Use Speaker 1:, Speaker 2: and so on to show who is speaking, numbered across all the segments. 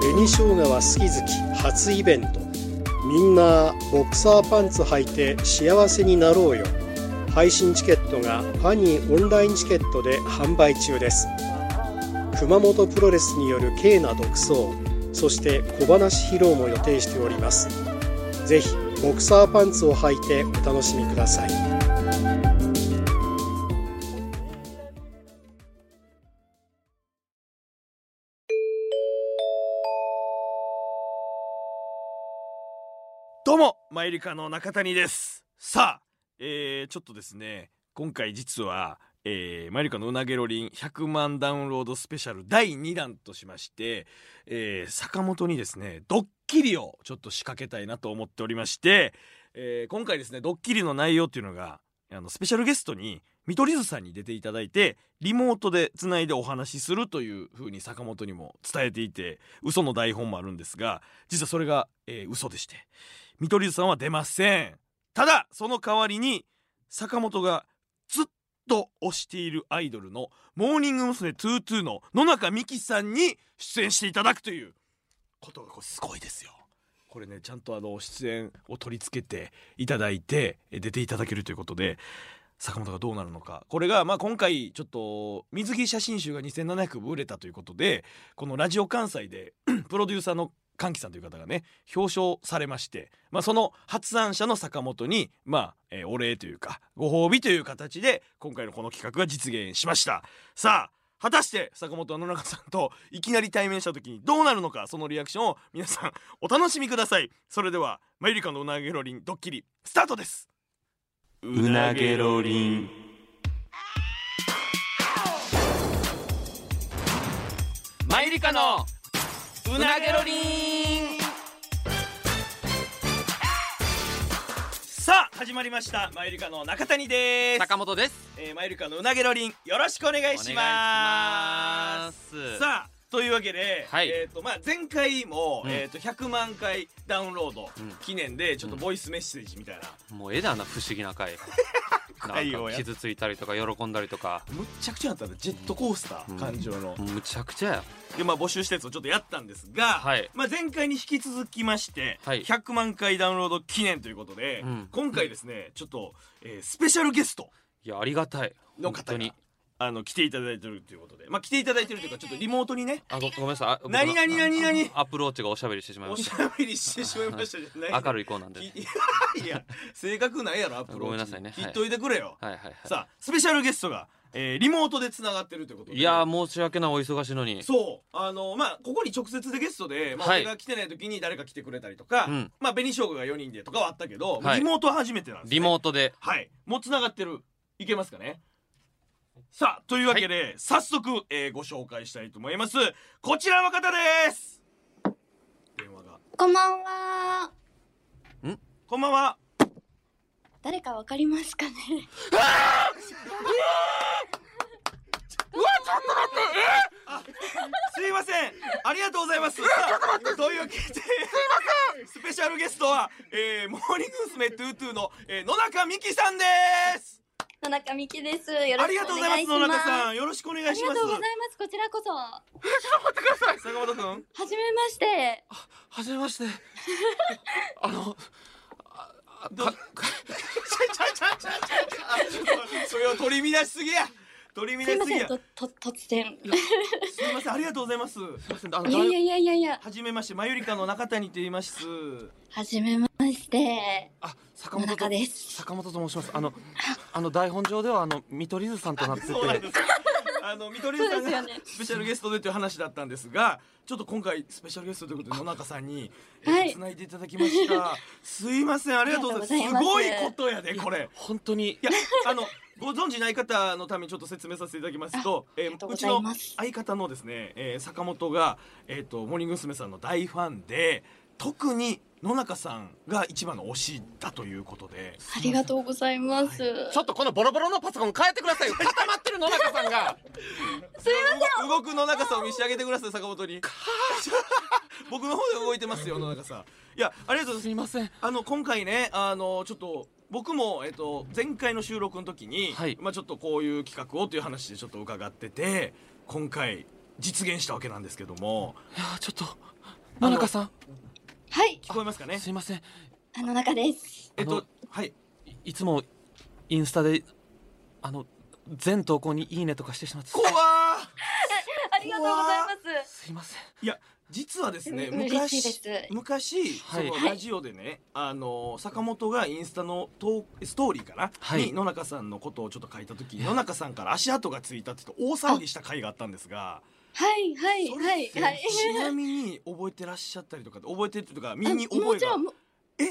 Speaker 1: 紅生姜は好き好き初イベントみんなボクサーパンツ履いて幸せになろうよ配信チケットがファニーオンラインチケットで販売中です熊本プロレスによる軽な独走そして小話披露も予定しておりますぜひボクサーパンツを履いてお楽しみください
Speaker 2: どうもマイリカの中谷ですさあ、えー、ちょっとですね今回実は、えー、マイリカのうなげろりん100万ダウンロードスペシャル第2弾としまして、えー、坂本にですねドッキリをちょっと仕掛けたいなと思っておりまして、えー、今回ですねドッキリの内容っていうのがあのスペシャルゲストに見取り図さんに出ていただいてリモートでつないでお話しするというふうに坂本にも伝えていて嘘の台本もあるんですが実はそれが、えー、嘘でして見取り図さんは出ませんただその代わりに坂本がずっと推しているアイドルのモーニング娘。22の野中美紀さんに出演していただくということがこれすごいですよこれねちゃんとあの出演を取り付けていただいてえ出ていただけるということで坂本がどうなるのかこれがまあ今回ちょっと水着写真集が2700部売れたということでこのラジオ関西で プロデューサーの歓喜さんという方がね表彰されまして、まあ、その発案者の坂本に、まあえーお礼というかご褒美という形で今回のこの企画が実現しましたさあ果たして坂本野中さんといきなり対面した時にどうなるのかそのリアクションを皆さんお楽しみくださいそれでは「マユリカのうなげろりんドッキリ」スタートです
Speaker 3: うなげろりん
Speaker 2: マユリカのうなげろりんさあ始まりましたマユリカの中谷です
Speaker 4: 坂本です。
Speaker 2: えー、マイルカのうなげろりんよろしくお願いしま
Speaker 4: お願い
Speaker 2: す
Speaker 4: します
Speaker 2: さあというわけで、
Speaker 4: はい
Speaker 2: えーとまあ、前回も、
Speaker 4: うん
Speaker 2: えー、と100万回ダウンロード
Speaker 4: うん
Speaker 2: 記念でちょっとボイスメッセージみたいな、
Speaker 4: もうええだな不思議 な回。
Speaker 2: 回
Speaker 4: な
Speaker 2: を
Speaker 4: んか
Speaker 2: やっ
Speaker 4: 傷ついたりとか喜んだりとか。
Speaker 2: むっちゃくちゃだったんだジェットコースター、
Speaker 4: うん
Speaker 2: 感情の、
Speaker 4: むちゃくちゃや。
Speaker 2: でまあ募集したやつをちょっとやったんですが、
Speaker 4: はい
Speaker 2: まあ、前回に引き続きまして、
Speaker 4: はい
Speaker 2: 100万回ダウンロード記念ということで、
Speaker 4: うん
Speaker 2: 今回ですねちょっと、えースペシャルゲスト
Speaker 4: いやありがたい。
Speaker 2: の
Speaker 4: 本
Speaker 2: 方
Speaker 4: 当
Speaker 2: に
Speaker 4: に。
Speaker 2: あの来ていただいてるということで、まあ、来ていただいてるというかちょっとリモートにね
Speaker 4: あごごめんなさいあ。僕の
Speaker 2: 何何何何
Speaker 4: アプローチがおしゃべりしてしまい
Speaker 2: お
Speaker 4: まし。
Speaker 2: したゃべりしてしまいましたじゃない
Speaker 4: 明るい子なんで。はい
Speaker 2: いやいや性格ないやろアプローチ
Speaker 4: ごめんなさいねはい
Speaker 2: 言っといてくれよ、
Speaker 4: はいはい。
Speaker 2: さあスペシャルゲストが、えーリモートでつながってるということで
Speaker 4: いやー申し訳ないお忙しいのに。
Speaker 2: そうあのまあここに直接でゲストで、まあ、
Speaker 4: はい
Speaker 2: 俺が来てない時に誰か来てくれたりとか、
Speaker 4: うん
Speaker 2: まあ紅生姜が4人でとかはあったけど、
Speaker 4: はい
Speaker 2: リモートは初めてなんです、ね、
Speaker 4: リモートで。
Speaker 2: はいもうつながってるいけますかねさあというわけで、早速、えーご紹介したいと思いますこちらの方です電話が
Speaker 5: こんばんは。
Speaker 2: こんばんは
Speaker 5: 誰かわかりますかね。
Speaker 2: すいませんありがとうございますというわけですいませんスペシャルゲストは、えー、モーニング娘。トゥートゥーの、えー、野中美希さんです
Speaker 5: 野中美希です。よ
Speaker 2: あ
Speaker 5: ろ
Speaker 2: り
Speaker 5: し
Speaker 2: が
Speaker 5: く
Speaker 2: とう
Speaker 5: お
Speaker 2: ござ
Speaker 5: 願い
Speaker 2: い
Speaker 5: し
Speaker 2: ます野
Speaker 5: ます。
Speaker 2: 中さんよろしくお願
Speaker 5: あ
Speaker 2: い
Speaker 5: り
Speaker 2: し
Speaker 5: が
Speaker 2: ま
Speaker 5: とうござい
Speaker 2: す
Speaker 5: ます。こちらこそ。は
Speaker 2: 坂本君
Speaker 5: じめまして。
Speaker 4: はじめまして。 あの。あ
Speaker 2: どうそれを取り乱しすぎや取り
Speaker 5: す
Speaker 2: 乱
Speaker 5: いま
Speaker 2: しすぎ
Speaker 5: せ
Speaker 2: や
Speaker 5: ん。と、と、突然。
Speaker 2: すいませんありがとうございます
Speaker 4: あの
Speaker 5: いやいやいやいやいや。
Speaker 2: はじめましてマユリカの中谷と言います
Speaker 5: はじめまして。
Speaker 4: あ坂
Speaker 5: 野
Speaker 4: 本
Speaker 5: 中
Speaker 4: と
Speaker 5: です。
Speaker 4: 坂本と申します。あのあの台本上ではあの見取り図さんとなってて。
Speaker 2: そうなんですあの見取り図さんが
Speaker 5: そうですよね
Speaker 2: スペシャルゲストでという話だったんですがちょっと今回スペシャルゲストということで野中さんに
Speaker 5: はい
Speaker 2: つないでいただきましたすいませんありがとうございますすご
Speaker 5: あ
Speaker 2: い
Speaker 5: りがとう
Speaker 2: こ
Speaker 5: ございます
Speaker 2: とやでこれ
Speaker 4: 本当に
Speaker 2: いや、あの、ご存知ない方のためにちょっと説明させていただきますと、え
Speaker 5: ありがとうご
Speaker 2: ち
Speaker 5: ざい
Speaker 2: の
Speaker 5: ます
Speaker 2: 相方のですね、えー坂本が、えっ、と、モーニング娘。さんの大ファンで、特に野中さんが一番の推しだということで、
Speaker 5: ありがとうございます。
Speaker 4: ちょっとこのボロボロのパソコン変えてくださ いよ固まってる野中さんが
Speaker 2: 動く野中さんを見せてあげてください、坂本に。 僕の方で動いてますよ、野中さん。いや、ありがとうございます
Speaker 4: す。いません
Speaker 2: あの今回ねあのちょっと僕も、えっと、前回の収録の時に、
Speaker 4: はい
Speaker 2: まあ、ちょっとこういう企画をという話でちょっと伺ってて今回実現したわけなんですけども
Speaker 4: いやちょっと野中さん
Speaker 5: はい、
Speaker 2: 聞こえますかね
Speaker 4: すいません
Speaker 5: あの中です。
Speaker 2: えっ
Speaker 4: あ
Speaker 2: と
Speaker 4: の
Speaker 2: はい
Speaker 4: いいつもインスタであの全投稿にいいねとかしてしまって
Speaker 2: 怖ー
Speaker 5: ありがとうございます。
Speaker 4: すいません
Speaker 2: 実はですね
Speaker 5: う嬉しいで
Speaker 2: 昔
Speaker 5: す。
Speaker 2: 昔、
Speaker 4: はい
Speaker 2: そのラジオでね、あの坂本がインスタのトーストーリーから、
Speaker 4: はい
Speaker 2: に野中さんのことをちょっと書いた時
Speaker 4: いや
Speaker 2: 野中さんから足跡がついたって言って大騒ぎした回があったんですが
Speaker 5: はいはい
Speaker 2: それ
Speaker 5: はい
Speaker 2: って
Speaker 5: はい。
Speaker 2: ちなみに覚えてらっしゃったりとか覚えてるとか身に
Speaker 5: あも
Speaker 2: 覚え
Speaker 5: ち
Speaker 2: が
Speaker 5: ろんも
Speaker 2: え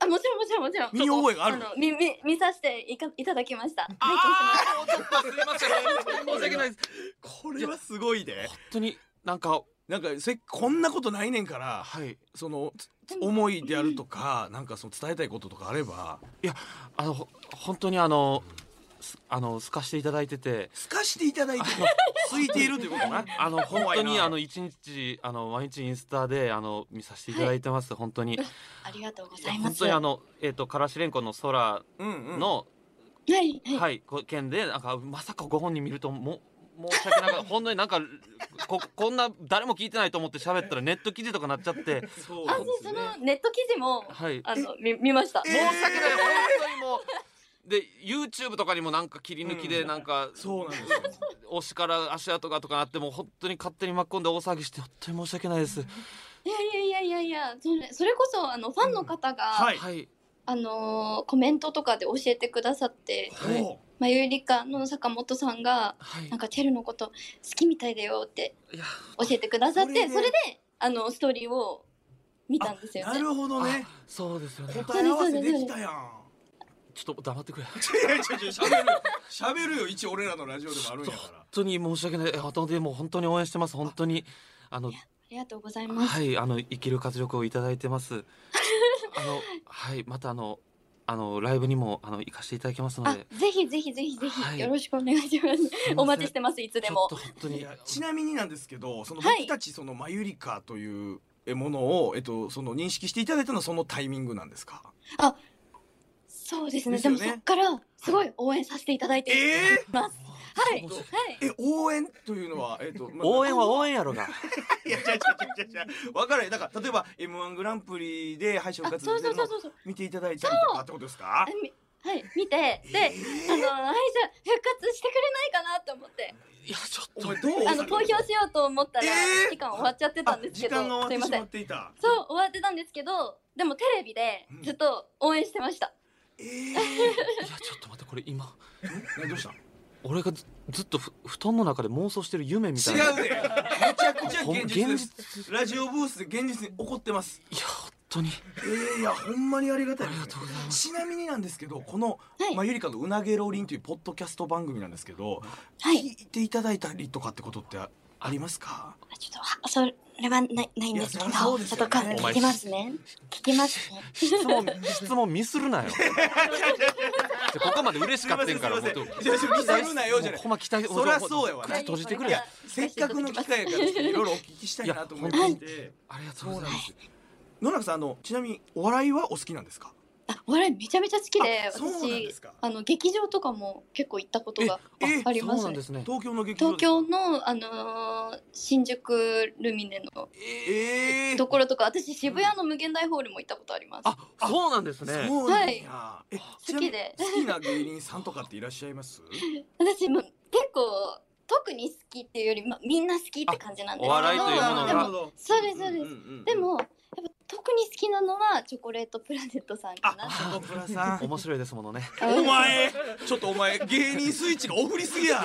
Speaker 5: あもちろんもちろんもちろん
Speaker 2: 身に覚えがある
Speaker 5: そこの見見見させていかいただきました拝見し
Speaker 2: あーちょっとすいません
Speaker 4: 申し訳ないです
Speaker 2: これはすごいで
Speaker 4: 本当になんか
Speaker 2: なんかせこんなことないねんから
Speaker 4: はい
Speaker 2: その思いであるとかなんかその伝えたいこととかあれば
Speaker 4: あのほ本当にあのすあの透かしていただいてて
Speaker 2: 透かしていただいて ついているということな
Speaker 4: あの本
Speaker 2: 怖
Speaker 4: 当
Speaker 2: い
Speaker 4: に
Speaker 2: な
Speaker 4: あの一日あの毎日インスタであの見させていただいてます、本当に
Speaker 5: ますありがとうございま
Speaker 4: 本
Speaker 5: す
Speaker 4: 当にあのえっ、とからしれんこの空
Speaker 2: うんうん
Speaker 4: の、
Speaker 5: はいはい、
Speaker 4: はいこ件でなんかまさかご本人見るとも申し訳なかった本当になんかここんな誰も聞いてないと思って喋ったらネット記事とかなっちゃって
Speaker 2: そう
Speaker 5: あそう
Speaker 2: です
Speaker 5: そ
Speaker 2: ね
Speaker 5: のネット記事も
Speaker 4: はい
Speaker 5: あの見見ました
Speaker 2: え
Speaker 4: 申し訳ない本当にもうで YouTube とかにもなんか切り抜きでなんか、
Speaker 2: そうなんですよ
Speaker 4: 推しから足跡がとかなってもう本当に勝手に巻き込んで大騒ぎして本当に申し訳ないです。
Speaker 5: いやいやいやいやいやそれそれこそあのファンの方が、
Speaker 2: うんはい
Speaker 4: はい、
Speaker 5: あのーコメントとかで教えてくださって
Speaker 4: はい
Speaker 2: おう
Speaker 5: 「まゆりか」の坂本さんが
Speaker 4: は
Speaker 5: 「
Speaker 4: い
Speaker 5: なんかチェルのこと好きみたいだよ」って
Speaker 4: いや
Speaker 5: 教えてくださって
Speaker 2: そ
Speaker 5: そ
Speaker 2: れで
Speaker 5: れであのストーリーを見たんですよ
Speaker 2: な
Speaker 5: ね。
Speaker 2: るほどね
Speaker 4: あそうですよね。
Speaker 2: 答え合わせできたやん
Speaker 4: ちょっと黙ってくれ。本
Speaker 2: いやいやいやしゃべるしゃべるよ一応俺らのラジオでもあるんやから
Speaker 4: 当に申し訳ない。え本当にもう本当に応援してます。本当にあの
Speaker 5: ありがとうございます。
Speaker 4: はいあの生きる活力をいただいて ます。あのはいまたあのあのライブにもあの行かせていただきますの
Speaker 5: あ
Speaker 4: で。
Speaker 5: ぜひぜひぜひぜひ、
Speaker 4: はい
Speaker 5: よろしくお願いします
Speaker 4: せん
Speaker 5: お待ちしてますいつでも
Speaker 4: ちょっと本当
Speaker 2: い
Speaker 4: に
Speaker 2: やちなみになんですけどその
Speaker 5: はい
Speaker 2: 僕たちそのマユリカというものをえっとその認識していただいたのはそのタイミングなんですか
Speaker 5: そうですね
Speaker 2: です
Speaker 5: で
Speaker 2: よ
Speaker 5: も
Speaker 2: ね
Speaker 5: そっからすごい応援させていただいて
Speaker 2: え
Speaker 5: います、はい
Speaker 4: そう
Speaker 5: は
Speaker 4: そう
Speaker 5: い
Speaker 2: え応援というのはえっとまあ
Speaker 4: 応援は応援やろが。
Speaker 2: いや違う違う違う違う違う分からへんだから例えば m 1グランプリで敗者
Speaker 5: あ
Speaker 2: 復活
Speaker 5: そうそう
Speaker 2: の
Speaker 5: そうそうそう
Speaker 2: 見ていただいたりとかってことですか
Speaker 5: あみはい見てで、あの敗者復活してくれないかなと思って
Speaker 4: いやちょっ
Speaker 2: お
Speaker 4: と
Speaker 2: 前。どう
Speaker 5: あの投票しようと思ったら、
Speaker 2: えー
Speaker 5: 時間終わっちゃってたんですけど
Speaker 2: あ時間が
Speaker 5: す
Speaker 2: 終わって
Speaker 5: いませ
Speaker 2: しまっ
Speaker 5: ん
Speaker 2: ていた
Speaker 5: そう終わってたんですけどでもテレビでずっと応援してました、
Speaker 2: えー
Speaker 4: いやちょっと待ってこれ今
Speaker 2: えどうした
Speaker 4: 俺がずずっとふ布団の中で妄想してる夢みたい な
Speaker 2: 違うでめちゃくちゃ
Speaker 4: ほん
Speaker 2: 現実ですラジオブースで現実に起こってます
Speaker 4: いや本当に
Speaker 2: えー、いやほんまにありがたい
Speaker 4: あ
Speaker 2: で
Speaker 4: り
Speaker 2: す、
Speaker 4: が
Speaker 2: ね
Speaker 4: とうございます
Speaker 2: ちなみになんですけどこの
Speaker 5: は
Speaker 2: 「
Speaker 5: い
Speaker 2: まあ、ゆりかのうなげろりん」というポッドキャスト番組なんですけど、
Speaker 5: はい
Speaker 2: 聞いていただいたりとかってことってあありますか
Speaker 5: あちょっとはそれはないないんですけ
Speaker 2: いやそ
Speaker 5: ど
Speaker 2: りゃそうです
Speaker 5: ち
Speaker 2: よ
Speaker 5: ょっ
Speaker 2: ね
Speaker 5: とか聞きますね聞きますね
Speaker 4: 質問質問ミスる なよでここまで嬉しかってんから
Speaker 2: すいません
Speaker 4: もう
Speaker 2: すいませんミスるなよじゃない
Speaker 4: もうほんま期待
Speaker 2: そりゃそうやわ
Speaker 4: も口閉じてくれ
Speaker 5: はい
Speaker 2: せっかくの機会やからちょっ といろいろお聞きしたいなと思いまして、
Speaker 4: ありがと
Speaker 2: そうう
Speaker 4: ご
Speaker 2: なん
Speaker 4: ざ
Speaker 2: で
Speaker 4: います
Speaker 2: す野中さんあのちなみにお笑いはお好きなんですか
Speaker 5: あお笑いめちゃめちゃ好きで
Speaker 2: あそうなんで
Speaker 5: 私
Speaker 2: すか
Speaker 5: あの劇場とかも結構行ったことが
Speaker 2: ええ
Speaker 5: ありま
Speaker 4: そう
Speaker 5: す
Speaker 4: なん
Speaker 5: ね
Speaker 4: ですね
Speaker 2: 東京の劇場
Speaker 5: 東
Speaker 2: ですか
Speaker 5: 京の、あのー新宿ルミネの
Speaker 2: えー
Speaker 5: ところとか私渋谷の無限大ホールも行ったことあります
Speaker 4: あそうなんですね
Speaker 2: そうなんや、えちなみに
Speaker 5: 好きで
Speaker 2: 好きな芸人さんとかっていらっしゃいます
Speaker 5: 私も結構特に好きっていうより、ま、みんな好きって感じなんで
Speaker 4: お
Speaker 5: すけど
Speaker 4: 笑いというものが
Speaker 5: で
Speaker 2: なる
Speaker 5: も
Speaker 2: ほど
Speaker 5: そうですそうです
Speaker 2: んんん
Speaker 5: でもやっぱ特に好きなのはチョコレートプラネットさんかな
Speaker 2: あチョコプラさ ん
Speaker 4: 面白いですものね
Speaker 2: お前ちょっとお前芸人スイッチがオフりすぎや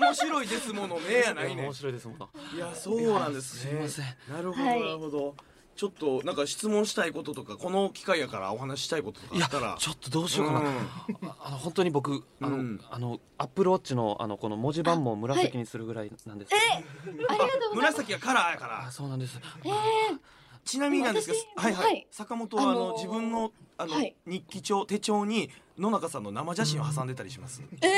Speaker 2: 面白いですものねやない
Speaker 4: いや
Speaker 2: ね
Speaker 4: 面白いですもの
Speaker 2: いやそうなんです
Speaker 4: い
Speaker 2: ね
Speaker 4: やすいません
Speaker 2: なるほどな
Speaker 5: はい
Speaker 2: るほど、ちょっとなんか質問したいこととかこの機会やからお話ししたいこととか
Speaker 4: い
Speaker 2: あ
Speaker 4: や
Speaker 2: ったら
Speaker 4: ちょっとどうしようかな、
Speaker 2: うん
Speaker 4: ああの本当に僕あの、
Speaker 2: うん
Speaker 4: あのアップルウォッチのあのこの文字盤も紫にするぐらいなんです、
Speaker 5: ありがとうございます
Speaker 2: 紫はカラーやから
Speaker 4: あそうなんです
Speaker 5: えー
Speaker 2: ちなみになんですけど
Speaker 5: 私
Speaker 2: はいはい、
Speaker 5: はい
Speaker 2: 坂本はあの、
Speaker 5: あのー
Speaker 2: 自分のあの、
Speaker 5: はい
Speaker 2: 日記帳手帳に野中さんの生写真を挟んでたりします、
Speaker 5: えー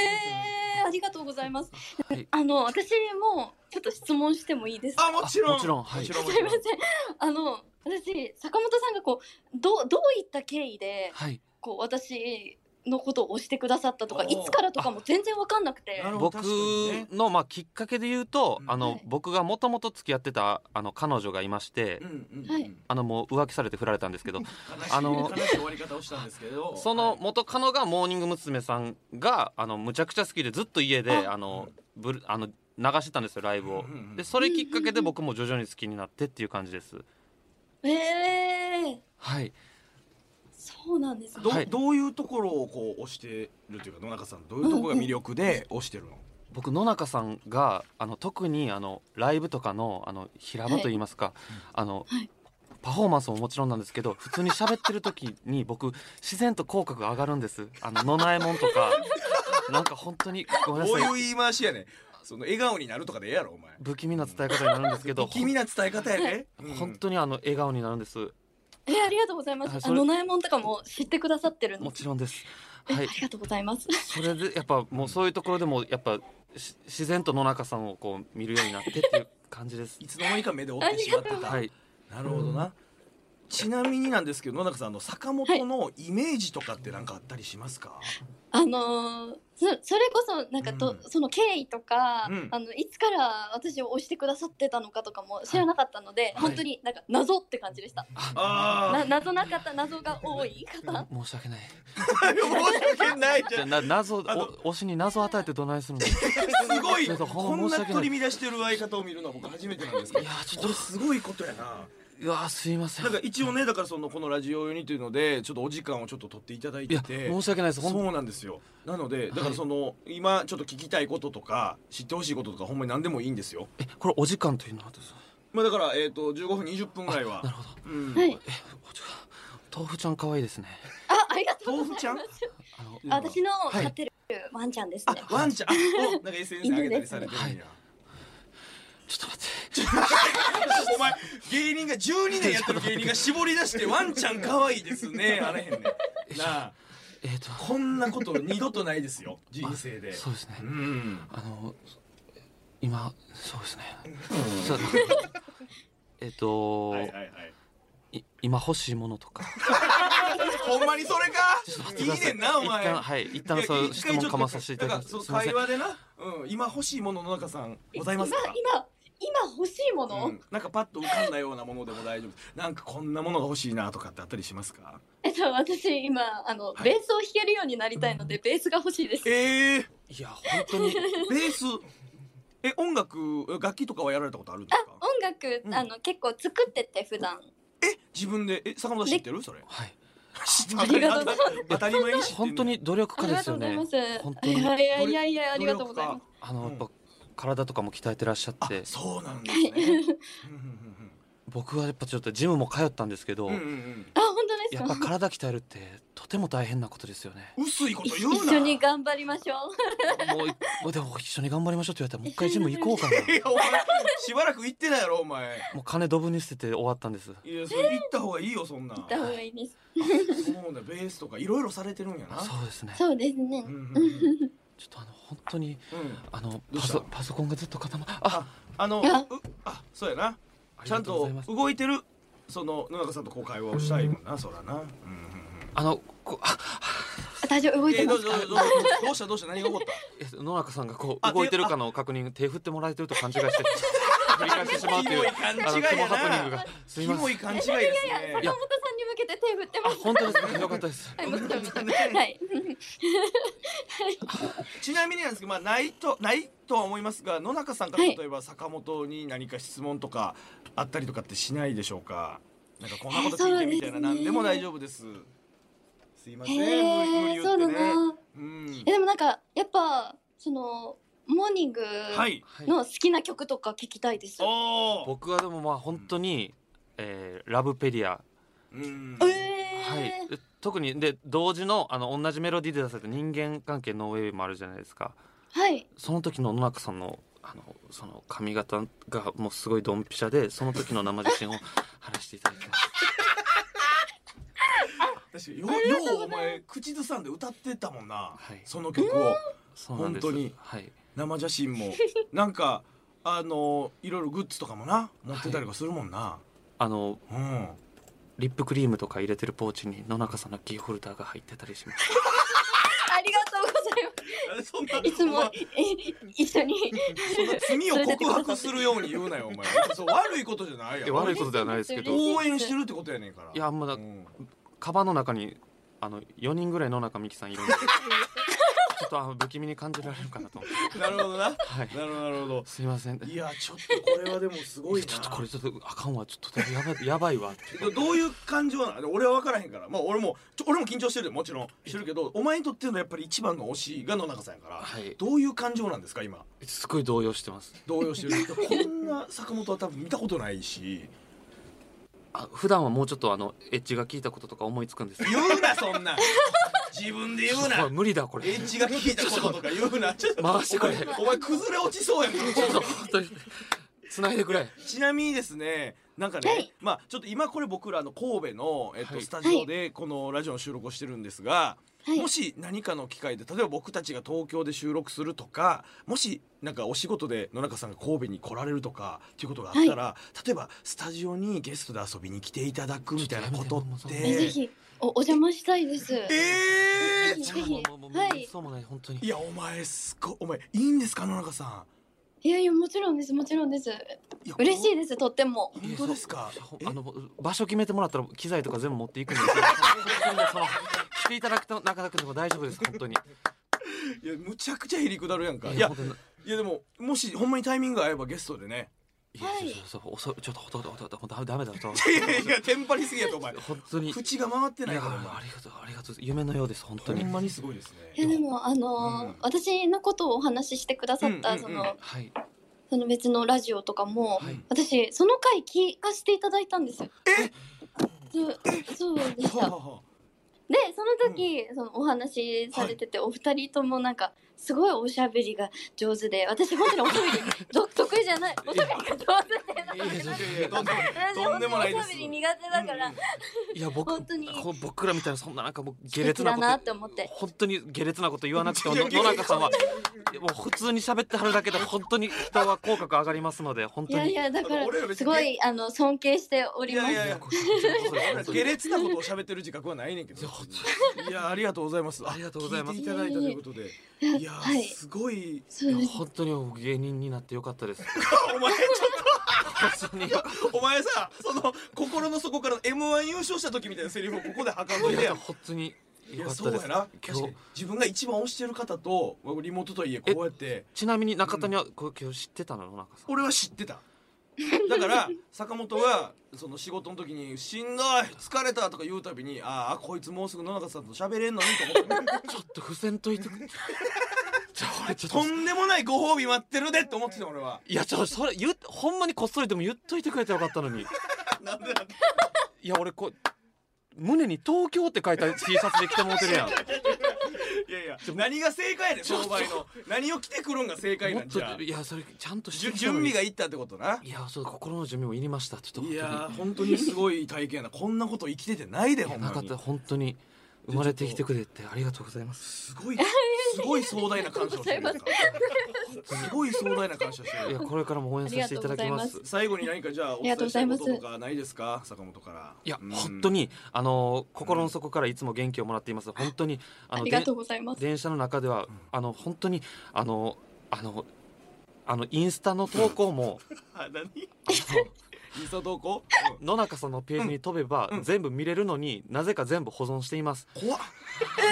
Speaker 5: ありがとうございます
Speaker 4: はい
Speaker 5: あの私もちょっと質問してもいいですか
Speaker 2: あもちろん
Speaker 4: あもちろんはい
Speaker 2: もちろん
Speaker 5: すいませんあの私坂本さんがこうどうどういった経緯で
Speaker 4: はい
Speaker 5: こう私のことを押してくださったとか
Speaker 2: お
Speaker 5: い
Speaker 2: ー
Speaker 5: つからとかも全然わかんなくて
Speaker 2: なるほど
Speaker 4: 僕のまあきっかけで言うと、
Speaker 2: うん
Speaker 4: あの、
Speaker 5: はい
Speaker 4: 僕がもともと付き合ってたあの彼女がいまして、
Speaker 2: うんうんうん
Speaker 5: はい
Speaker 4: あのもう浮気されて振られたんですけど
Speaker 2: 悲しい
Speaker 4: あの
Speaker 2: 悲しい終わり方をしたんですけど
Speaker 4: その元カノがモーニング娘。さんがあのむちゃくちゃ好きでずっと家であのブルあの流してたんですよライブ
Speaker 2: う
Speaker 4: を
Speaker 2: んうんうん
Speaker 4: でそれきっかけで僕も徐々に好きになってっていう感じです
Speaker 5: ええ
Speaker 4: はい
Speaker 5: そうなんですね
Speaker 2: ど,、
Speaker 4: はい
Speaker 2: どういうところをこう押してるというか野中さんどういうところが魅力で押してるの、
Speaker 4: 僕野中さんがあの特にあのライブとかのあの平場といいますか、あの、
Speaker 5: はい
Speaker 4: パフォーマンスももちろんなんですけど普通に喋ってる時に僕自然と口角が上がるんですあの野なえもんとかなんか本当にごめんな
Speaker 2: こういう
Speaker 4: さい
Speaker 2: 言い回しやねんその笑顔になるとかでええやろお前
Speaker 4: 不気味な伝え方になるんですけど
Speaker 2: 君な伝え方やね、うん
Speaker 4: 本当にあの笑顔になるんです
Speaker 5: えーありがとうございま
Speaker 4: あ
Speaker 5: す
Speaker 4: そ
Speaker 5: あ
Speaker 4: れ
Speaker 5: のなえもんとかも知ってくださってるんで
Speaker 4: もちろんです
Speaker 5: え
Speaker 4: はい
Speaker 5: ありがとうございます
Speaker 4: それでやっぱもうそういうところでもやっぱし自然と野中さんをこう見るようになってっていう感 じです
Speaker 2: いつの間にか目で追ってしまってた、
Speaker 4: はい
Speaker 2: なるほどな、ちなみになんですけど野中さんあの坂本のイメージとかってなんかあったりしますか、
Speaker 5: あのーそそれこそなんかと、
Speaker 2: うん
Speaker 5: その経緯とか、
Speaker 2: うん
Speaker 5: あのいつから私を推してくださってたのかとかも知らなかったので、
Speaker 2: い
Speaker 5: 本当になんか謎って感じでした、
Speaker 2: あ
Speaker 5: な謎な方謎が多い方
Speaker 4: 申し訳ない
Speaker 2: あ 申し訳 ない
Speaker 4: じゃあな謎を
Speaker 2: あの
Speaker 4: 推しに謎を与えてどな いするのい
Speaker 2: すごい
Speaker 4: ちょっとほ
Speaker 2: こ
Speaker 4: ん
Speaker 2: ん
Speaker 4: ま申
Speaker 2: な
Speaker 4: し訳ない
Speaker 2: 取り乱してる相方を見るのは僕初めてなんですけど
Speaker 4: やちょ
Speaker 2: こ
Speaker 4: っ
Speaker 2: れすごいことや な
Speaker 4: といやすいません
Speaker 2: なんか一応ねだからそのこのラジオ用にというのでちょっとお時間をちょっと取っていただい
Speaker 4: い
Speaker 2: て
Speaker 4: や
Speaker 2: て
Speaker 4: 申し訳ないですほん
Speaker 2: そうなんですよなのでだからその、今ちょっと聞きたいこととか知ってほしいこととかほんまに何でもいいんですよ
Speaker 4: えこれお時間というのはどうですか
Speaker 2: まあだからえっ、と15分20分ぐらいは
Speaker 4: なるほど
Speaker 2: うん
Speaker 5: はい
Speaker 4: おちょ豆腐ちゃん可愛いですね
Speaker 5: あありがとうご
Speaker 2: 豆
Speaker 5: ざいま
Speaker 2: 腐
Speaker 5: す
Speaker 2: ちゃん
Speaker 4: あの
Speaker 5: あ私の
Speaker 4: い
Speaker 5: 飼ってるワンちゃんです
Speaker 2: あ
Speaker 5: ね、
Speaker 2: ワンちゃんあおなんか SNS で上げたりされてるんや、
Speaker 4: 犬でちょっと待って
Speaker 2: お前芸人が12年やってる芸人が絞り出してワンちゃん可愛いですねあれへんねんなあ
Speaker 4: えっ、と
Speaker 2: こんなこと二度とないですよ人生で
Speaker 4: そうですね
Speaker 2: うん
Speaker 4: あの今そうですねちょっ とえっと、
Speaker 2: はいはいはい
Speaker 4: い今欲しいものとか
Speaker 2: ほんまにそれか い
Speaker 4: ち
Speaker 2: い
Speaker 4: ょっと待ってくださ
Speaker 2: ねんなお前
Speaker 4: 一旦はい一旦そういう質問かまさせていただきます
Speaker 2: す
Speaker 4: すいませ
Speaker 2: 会
Speaker 4: ん
Speaker 2: 話でな、うん、今欲しいものの中さんございますか
Speaker 5: 今今今欲しいもの、
Speaker 2: うん、なんかパッと浮かんだようなものでも大丈夫ですなんかこんなものが欲しいなとかってあったりしますか
Speaker 5: えっと私今あ
Speaker 2: は
Speaker 5: の、
Speaker 2: い
Speaker 5: ベースを弾けるようになりたいのでベースが欲しいです
Speaker 2: ええ
Speaker 4: いや本当に
Speaker 2: ベースえ音楽楽器とかはやられたことあるんですか
Speaker 5: 音楽、
Speaker 2: うん
Speaker 5: あの結構作ってて普段
Speaker 2: え自分でえ坂本知ってる それ
Speaker 4: はい
Speaker 2: 知って
Speaker 5: ありがとうござい
Speaker 2: 当たり前に知ってんねん
Speaker 4: 本当に努力
Speaker 5: あ
Speaker 4: 家
Speaker 5: り
Speaker 4: で
Speaker 5: が
Speaker 4: す
Speaker 5: と
Speaker 4: よ
Speaker 5: うござい
Speaker 4: ね
Speaker 5: ます、
Speaker 4: 本当
Speaker 5: い
Speaker 4: に
Speaker 5: やいやいやいやありがとうございます
Speaker 4: あの
Speaker 2: う
Speaker 4: や
Speaker 2: ん
Speaker 4: っぱ体とかも鍛えてらっしゃっ
Speaker 2: あ
Speaker 4: て
Speaker 2: そうなんですねうん
Speaker 4: 僕はやっぱちょっとジムも通ったんですけど、
Speaker 2: うんうんうんうん。
Speaker 5: あ本当です
Speaker 4: や
Speaker 5: か
Speaker 4: っぱ体鍛えるってとても大変なことですよね
Speaker 2: 薄いこと
Speaker 5: 一
Speaker 2: 言うな
Speaker 5: 緒に頑張りましょう。
Speaker 4: もういもうでも一緒に頑張りましょうって言われたらもう一回ジム行こうか な。
Speaker 2: いやお前しばらく行ってないやろお前
Speaker 4: もう金ドブに捨てて終わったんです。
Speaker 2: いやそれ行った方がいいよそんなん
Speaker 5: 行った方がいいです。
Speaker 2: そうねベースとかいろいろされてるんやな
Speaker 4: そうですね。ちょ
Speaker 5: そうですね
Speaker 2: う。んうんうん
Speaker 4: っとあの本当に
Speaker 2: うん
Speaker 4: あの
Speaker 2: どうし
Speaker 4: パ
Speaker 2: た
Speaker 4: ソパソコンがずっと固まあ
Speaker 2: あの
Speaker 5: あ
Speaker 2: うあそうやな
Speaker 4: あり
Speaker 2: ちゃ
Speaker 4: が
Speaker 2: ん
Speaker 4: とうご
Speaker 2: と
Speaker 4: ざいます。
Speaker 2: 動いてるその野中さんとこう会話をしたいもんなそらなうんうんうん
Speaker 4: あのこうあ
Speaker 5: 大丈夫動い
Speaker 2: え
Speaker 5: て
Speaker 2: ーどう
Speaker 5: ます
Speaker 2: ぞ
Speaker 5: か。
Speaker 2: どうぞどうしたどうした何が起こった
Speaker 4: え野中さんがこ
Speaker 2: あ
Speaker 4: う動いてるかの確認手振ってもらえてると勘違いして 繰り返してしまうという
Speaker 2: 勘
Speaker 4: あのキモハプニングがす
Speaker 2: キ
Speaker 4: いま
Speaker 2: モ
Speaker 4: せん。
Speaker 2: い勘違いです
Speaker 5: 坂本
Speaker 2: ね
Speaker 5: さんに向けて手振って
Speaker 4: あ
Speaker 5: ます。
Speaker 4: 本当ですねよかったです。
Speaker 5: はい、もちろんもちろん
Speaker 2: ね
Speaker 5: はい。
Speaker 2: ちなみになんですけどまあないとないとは思いますが野中さんから
Speaker 5: はい
Speaker 2: 例えば坂本に何か質問とかあったりとかってしないでしょうかなんかこんなこと聞いてみたいな
Speaker 5: えーそうですね
Speaker 2: 何でも大丈夫ですすいません無理無
Speaker 5: へ
Speaker 2: 理
Speaker 5: え、
Speaker 2: 言
Speaker 5: そ
Speaker 2: っ
Speaker 5: う
Speaker 2: て
Speaker 5: だ
Speaker 2: ね
Speaker 5: な。
Speaker 2: うん
Speaker 5: え、でもなんかやっぱそのモーニング
Speaker 2: はい
Speaker 4: はい
Speaker 5: の好きな曲とか聞きたいです。
Speaker 2: おお
Speaker 4: 僕はでもまあ本当に、えーラブペディア、
Speaker 2: うん
Speaker 5: え
Speaker 4: はい、で特にで同時のあの同じメロディーで出された人間関係のウェイもあるじゃないですか
Speaker 5: え、はい。
Speaker 4: その時の野中さんのあのその髪型がもうすごいドンピシャでその時の生写真 を話していただきます
Speaker 2: 確かによようお前口ずさんで歌ってたもんな
Speaker 4: はい
Speaker 2: その曲を
Speaker 4: そうなんです
Speaker 2: 本当に
Speaker 4: はい、
Speaker 2: 生写真 もなんかあのいろいろグッズとかもな持ってたりとかするもんな、
Speaker 4: あの
Speaker 2: うん
Speaker 4: リップクリームとか入れてるポーチに野中さんのキーホルダーが入ってたりします
Speaker 5: うございます。
Speaker 2: そんない
Speaker 5: つ
Speaker 2: お
Speaker 5: も
Speaker 2: 前
Speaker 5: い一緒に。
Speaker 2: そんな罪を告白するように言うなよお 前そう悪いことじゃないや
Speaker 4: いや
Speaker 2: ん
Speaker 4: 悪いことではないですけど
Speaker 2: 応援してるってことやねんから
Speaker 4: いやもうだ
Speaker 2: ん
Speaker 4: カバンの中にあの4人ぐらい野中美紀さんい るんでちょっとあの不気味に感じられるかなと思って
Speaker 2: なるほどなな
Speaker 4: はい
Speaker 2: るほどなるほど
Speaker 4: すいません
Speaker 2: いやちょっとこれはでもすごいな
Speaker 4: ちょっとこれちょっとあかんわちょっとやばいやばいわって
Speaker 2: どういう感情なの俺は分からへんからまあ俺もちょ俺も緊張してるよもちろんしてるけどお前にとってのやっぱり一番の推しが野中さんやから、
Speaker 4: はい
Speaker 2: どういう感情なんですか今
Speaker 4: すごい動揺してます
Speaker 2: 動揺してるこんな坂本は多分見たことないし
Speaker 4: あ普段はもうちょっとあのエッジが効いたこととか思いつくんですけど
Speaker 2: 言うなそんなん自分で言う
Speaker 4: ちょっと
Speaker 2: な
Speaker 4: 無理だこれ
Speaker 2: エッジが効いたこととか言うなちょっと
Speaker 4: 回してくれ
Speaker 2: お前お前崩れ落ちそうやん
Speaker 4: ちょっと本当に繋いでくれ
Speaker 2: ちなみにですねなんかね、
Speaker 5: はい
Speaker 2: まあちょっと今これ僕らあの神戸の、えっと
Speaker 4: はい
Speaker 2: スタジオでこのラジオの収録をしてるんですが、
Speaker 5: はい
Speaker 2: もし何かの機会で例えば僕たちが東京で収録するとかもしなんかお仕事で野中さんが神戸に来られるとかっていうことがあったら、例えばスタジオにゲストで遊びに来ていただくみたいなことっ
Speaker 4: ちょっと
Speaker 2: て
Speaker 4: やめて
Speaker 5: えぜひおお邪魔したいです。
Speaker 2: えー
Speaker 5: ぜひ
Speaker 4: もうもうもう
Speaker 5: はい
Speaker 4: そうもない本当に
Speaker 2: いやお前すごいお前いいんですか野中さ
Speaker 5: いやいやもちろんですもちろんです。
Speaker 2: んいや
Speaker 5: 嬉しい
Speaker 2: こ
Speaker 5: ですとっても。
Speaker 2: 本当ですか
Speaker 4: いやそう
Speaker 2: え
Speaker 4: あの場所決めてもらったら機材とか全部持っていくんですけど本当にその来ていただくとなかなかでも大丈夫です本当に
Speaker 2: いやむちゃくちゃへりくだるやんかい
Speaker 4: い
Speaker 2: や
Speaker 4: 本当に
Speaker 2: いやでももしほんまにタイミングが合えばゲストでね
Speaker 4: いや
Speaker 5: はい
Speaker 4: そうそうそうちょっとほとほとほとほとダメだと
Speaker 2: いやいやテンパりすぎやとお前
Speaker 4: 本当にい
Speaker 2: 口が回って
Speaker 4: や
Speaker 2: ないから
Speaker 4: ありがとうありがとう夢のようです本
Speaker 2: お
Speaker 4: 当
Speaker 2: 前
Speaker 4: に
Speaker 2: ほんまにすごいです
Speaker 5: いやで
Speaker 2: ね
Speaker 5: もあのー
Speaker 2: うん
Speaker 5: 私のことをお話ししてくださった、
Speaker 2: うんうんうん
Speaker 5: その
Speaker 4: はい
Speaker 5: その別のラジオとかも、
Speaker 4: はい
Speaker 5: 私その回聞かせていただいたんですよ。えそうそうでし
Speaker 2: はあ
Speaker 5: た。
Speaker 2: は
Speaker 5: でその時、そのお話しされてて、お二人ともなんかすごいおしゃべりが上手で私本当におしゃべりど得意じゃないおしゃべりが上手で
Speaker 2: あはい
Speaker 4: いや
Speaker 2: いやいやとんでも
Speaker 5: 私
Speaker 2: とん
Speaker 5: 本
Speaker 2: でもないです
Speaker 5: 当におしゃべり苦手だから、
Speaker 4: いや僕
Speaker 5: 本当に
Speaker 4: ほ僕らみたいなそんななんかもう下
Speaker 5: 敵
Speaker 4: 劣な
Speaker 5: だ
Speaker 4: こ
Speaker 5: な
Speaker 4: と
Speaker 5: って思って。
Speaker 4: 本当に下劣なこと言わなくても
Speaker 2: いや
Speaker 4: の
Speaker 2: いや
Speaker 4: 野中さんはいやもう普通に喋ってはるだけで本当に人は口角上がりますので本
Speaker 5: い
Speaker 4: 当
Speaker 5: やい
Speaker 4: に
Speaker 5: やだか
Speaker 2: あの俺ら
Speaker 5: ら
Speaker 2: 別に
Speaker 5: すごいあの尊敬してお
Speaker 2: い
Speaker 5: りま
Speaker 2: や
Speaker 5: す。
Speaker 2: いやいや
Speaker 4: そうです
Speaker 2: 下劣なことを喋ってる自覚はないねんけど
Speaker 4: いや本
Speaker 2: いやありがとうございます
Speaker 4: ありがとうございます
Speaker 2: 聞いていただいたということでいや
Speaker 5: はい
Speaker 2: すごい
Speaker 5: そうです。
Speaker 4: 本当に僕芸人になってよかったです
Speaker 2: お前ち
Speaker 4: 本当に
Speaker 2: ょっとお前さその心の底から M1 優勝した時みたいなセリフをここで吐かんといて
Speaker 4: い
Speaker 2: や
Speaker 4: や本当に
Speaker 2: い
Speaker 4: よ
Speaker 2: や
Speaker 4: かっ
Speaker 2: そ
Speaker 4: た
Speaker 2: う
Speaker 4: で
Speaker 2: や
Speaker 4: す
Speaker 2: な確か
Speaker 4: 今日
Speaker 2: に自分が一番推してる方とリモートとはいえこうやって
Speaker 4: ちなみに中谷はこれ今日知ってたの野中さん
Speaker 2: 俺は知ってただから坂本はその仕事の時に「しんどい疲れた」とか言うたびに「ああこいつもうすぐ野中さんと喋れんのに」と思って
Speaker 4: ちょっと付箋といてくじゃあ俺ちょっと
Speaker 2: とんでもないご褒美待ってるでって思ってた俺はい
Speaker 4: やちょっとそれ言うほんまにこっそりでも言っといてくれてよかったのに
Speaker 2: なんでなんで
Speaker 4: いや俺こう胸に東京って書いた T シャツで着てもうてるやん
Speaker 2: いやいや何が正解やねんその場合の何を着てくるんが正解
Speaker 4: も
Speaker 2: な
Speaker 4: っ
Speaker 2: んじゃあ
Speaker 4: といやそれちゃんとして
Speaker 2: じゅ
Speaker 4: きた
Speaker 2: 準
Speaker 4: のに
Speaker 2: 備がいったってことない
Speaker 4: やそう心の準備もいりましたちょっ
Speaker 2: い
Speaker 4: と本当に
Speaker 2: やー本当にすごい体験やなこんなこと生きててないで
Speaker 4: い
Speaker 2: ほ
Speaker 4: や
Speaker 2: ん
Speaker 4: な
Speaker 2: ま
Speaker 4: かっ
Speaker 2: に
Speaker 4: た本当に生まれてきてくれてありがとうございます
Speaker 2: すごいすごい壮大な感謝をしてるやん かすごい壮大な感謝してる
Speaker 4: いやこれからも応援させていただきま
Speaker 5: ありがとうございますす
Speaker 2: 最後に何かじゃあお伝えしたいこととかないですか坂本から
Speaker 4: いや、
Speaker 2: うん
Speaker 4: 本当にあの心の底からいつも元気をもらっています本当にあ
Speaker 5: あ
Speaker 4: の
Speaker 5: りがとうございま。
Speaker 4: です電車の中ではあの本当にあのあのあのインスタの投稿も
Speaker 2: あ何イ
Speaker 4: あの
Speaker 2: ンスタ投稿、
Speaker 4: 野中さんのページに飛べば、全部見れるのになぜか全部保存しています
Speaker 2: うん、怖っ怖っ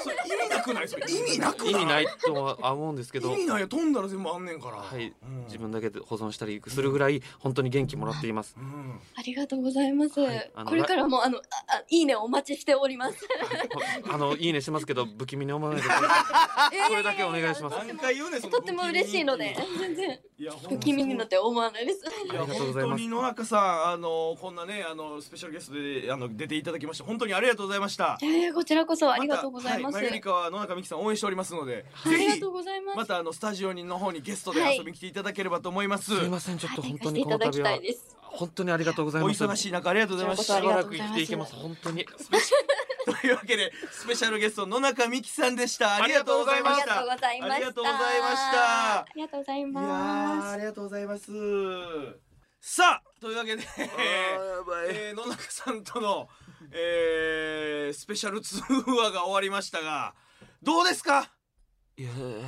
Speaker 2: それ意味なくないそれ意味なくない
Speaker 4: 意味ないとは思うんですけ
Speaker 2: 意
Speaker 4: ど
Speaker 2: 味ないよ飛んだら全部あんねんから
Speaker 4: はい
Speaker 2: うん
Speaker 4: 自分だけで保存したりするぐらい本当に元気もらっています
Speaker 2: うん
Speaker 5: ありがとうございます。
Speaker 4: はいあの
Speaker 5: これからもあのああいいねお待ちしております。
Speaker 4: あのいいねしてますけど不気味に思わないでくださいこれだけお願いします
Speaker 5: ややや
Speaker 2: 何回言うねんその
Speaker 5: とっても嬉しいので、全然
Speaker 2: いやほんま
Speaker 5: 不気味になって思わないです。
Speaker 2: いや
Speaker 4: ありがとう
Speaker 2: 本
Speaker 4: ございます
Speaker 2: 当に野中さんあのこんなねあのスペシャルゲストであの出ていただきまして本当にありがとうございました
Speaker 5: いやいやこちらこそありがとうございま
Speaker 2: た
Speaker 5: す。
Speaker 2: はい、マユリカは野中美希さん応援しておりますので、
Speaker 5: あり
Speaker 2: ぜ
Speaker 5: が
Speaker 2: ひ
Speaker 5: とうございます。
Speaker 2: またあのスタジオにの方にゲストで遊びに来ていただければと思います、
Speaker 4: すいませんちょっと
Speaker 5: はい
Speaker 4: 本当
Speaker 5: 行かせて
Speaker 4: に
Speaker 5: い
Speaker 4: この
Speaker 5: ただき
Speaker 4: 度
Speaker 5: た
Speaker 4: はい
Speaker 5: です。
Speaker 4: 本当にありがとうござい
Speaker 2: お
Speaker 4: ます
Speaker 2: 忙しい中ありがとうございまし
Speaker 5: こちら
Speaker 2: た
Speaker 5: こ
Speaker 4: しばらく生きていけます本当に
Speaker 2: というわけでスペシャルゲスト野中美希さんでしたありがとうございまし
Speaker 5: あ
Speaker 2: た
Speaker 5: りがとうございました。
Speaker 2: ありがとうございました
Speaker 5: ありがとうござい
Speaker 2: いやー
Speaker 5: ま
Speaker 2: あ
Speaker 5: す。
Speaker 2: りがとうございますさあというわけで、えー野中さんとの、えースペシャル通話が終わりましたがどうですか
Speaker 4: いやー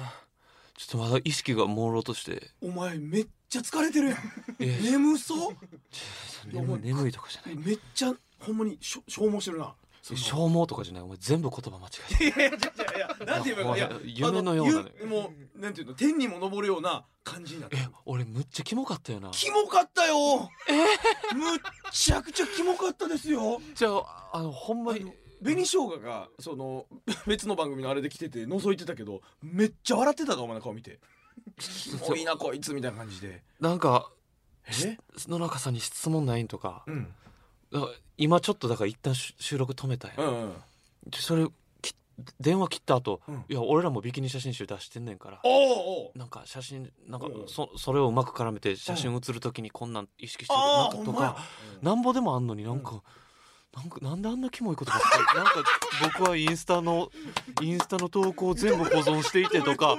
Speaker 4: ちょっとまだ意識が朦朧として
Speaker 2: お前めっちゃ疲れてるやん
Speaker 4: いや
Speaker 2: 眠そう
Speaker 4: 眠い眠いとかじゃない
Speaker 2: めっちゃほんまにしょ消耗してるなその
Speaker 4: 消耗とかじゃないお前全部言葉間違
Speaker 2: い
Speaker 4: えてる
Speaker 2: やいやいやいやなんて言えばいいのいや
Speaker 4: 夢のようなね
Speaker 2: あゆもうなんていうの天にも昇るような感じになって
Speaker 4: え俺むっちゃキモかったよな
Speaker 2: キモかったよむっちゃくちゃキモかったですよ
Speaker 4: じゃああのほんま
Speaker 2: あ
Speaker 4: に
Speaker 2: の紅生姜がその別の番組のあれで来てて覗いてたけどめっちゃ笑ってたからお前の顔見てキモいなこいつみたいな感じで
Speaker 4: なんか
Speaker 2: え
Speaker 4: 野中さんに質問ないんとか
Speaker 2: うん
Speaker 4: だから今ちょっとだから一旦し収録止めたやん
Speaker 2: う、んうん
Speaker 4: でそれき電話切った後、
Speaker 2: うん
Speaker 4: いや俺らもビキニ写真集出してんねんから
Speaker 2: おうおう
Speaker 4: なんか写真なんか
Speaker 2: うん
Speaker 4: そそれをうまく絡めて写真写るときにこんなん意識してる
Speaker 2: あ
Speaker 4: な
Speaker 2: あほん
Speaker 4: んかと
Speaker 2: まや
Speaker 4: かなんぼでもあんのになんか、なんかなんであんなキモいことばっかり なんか僕はインスタのインスタの投稿を全部保存していてとか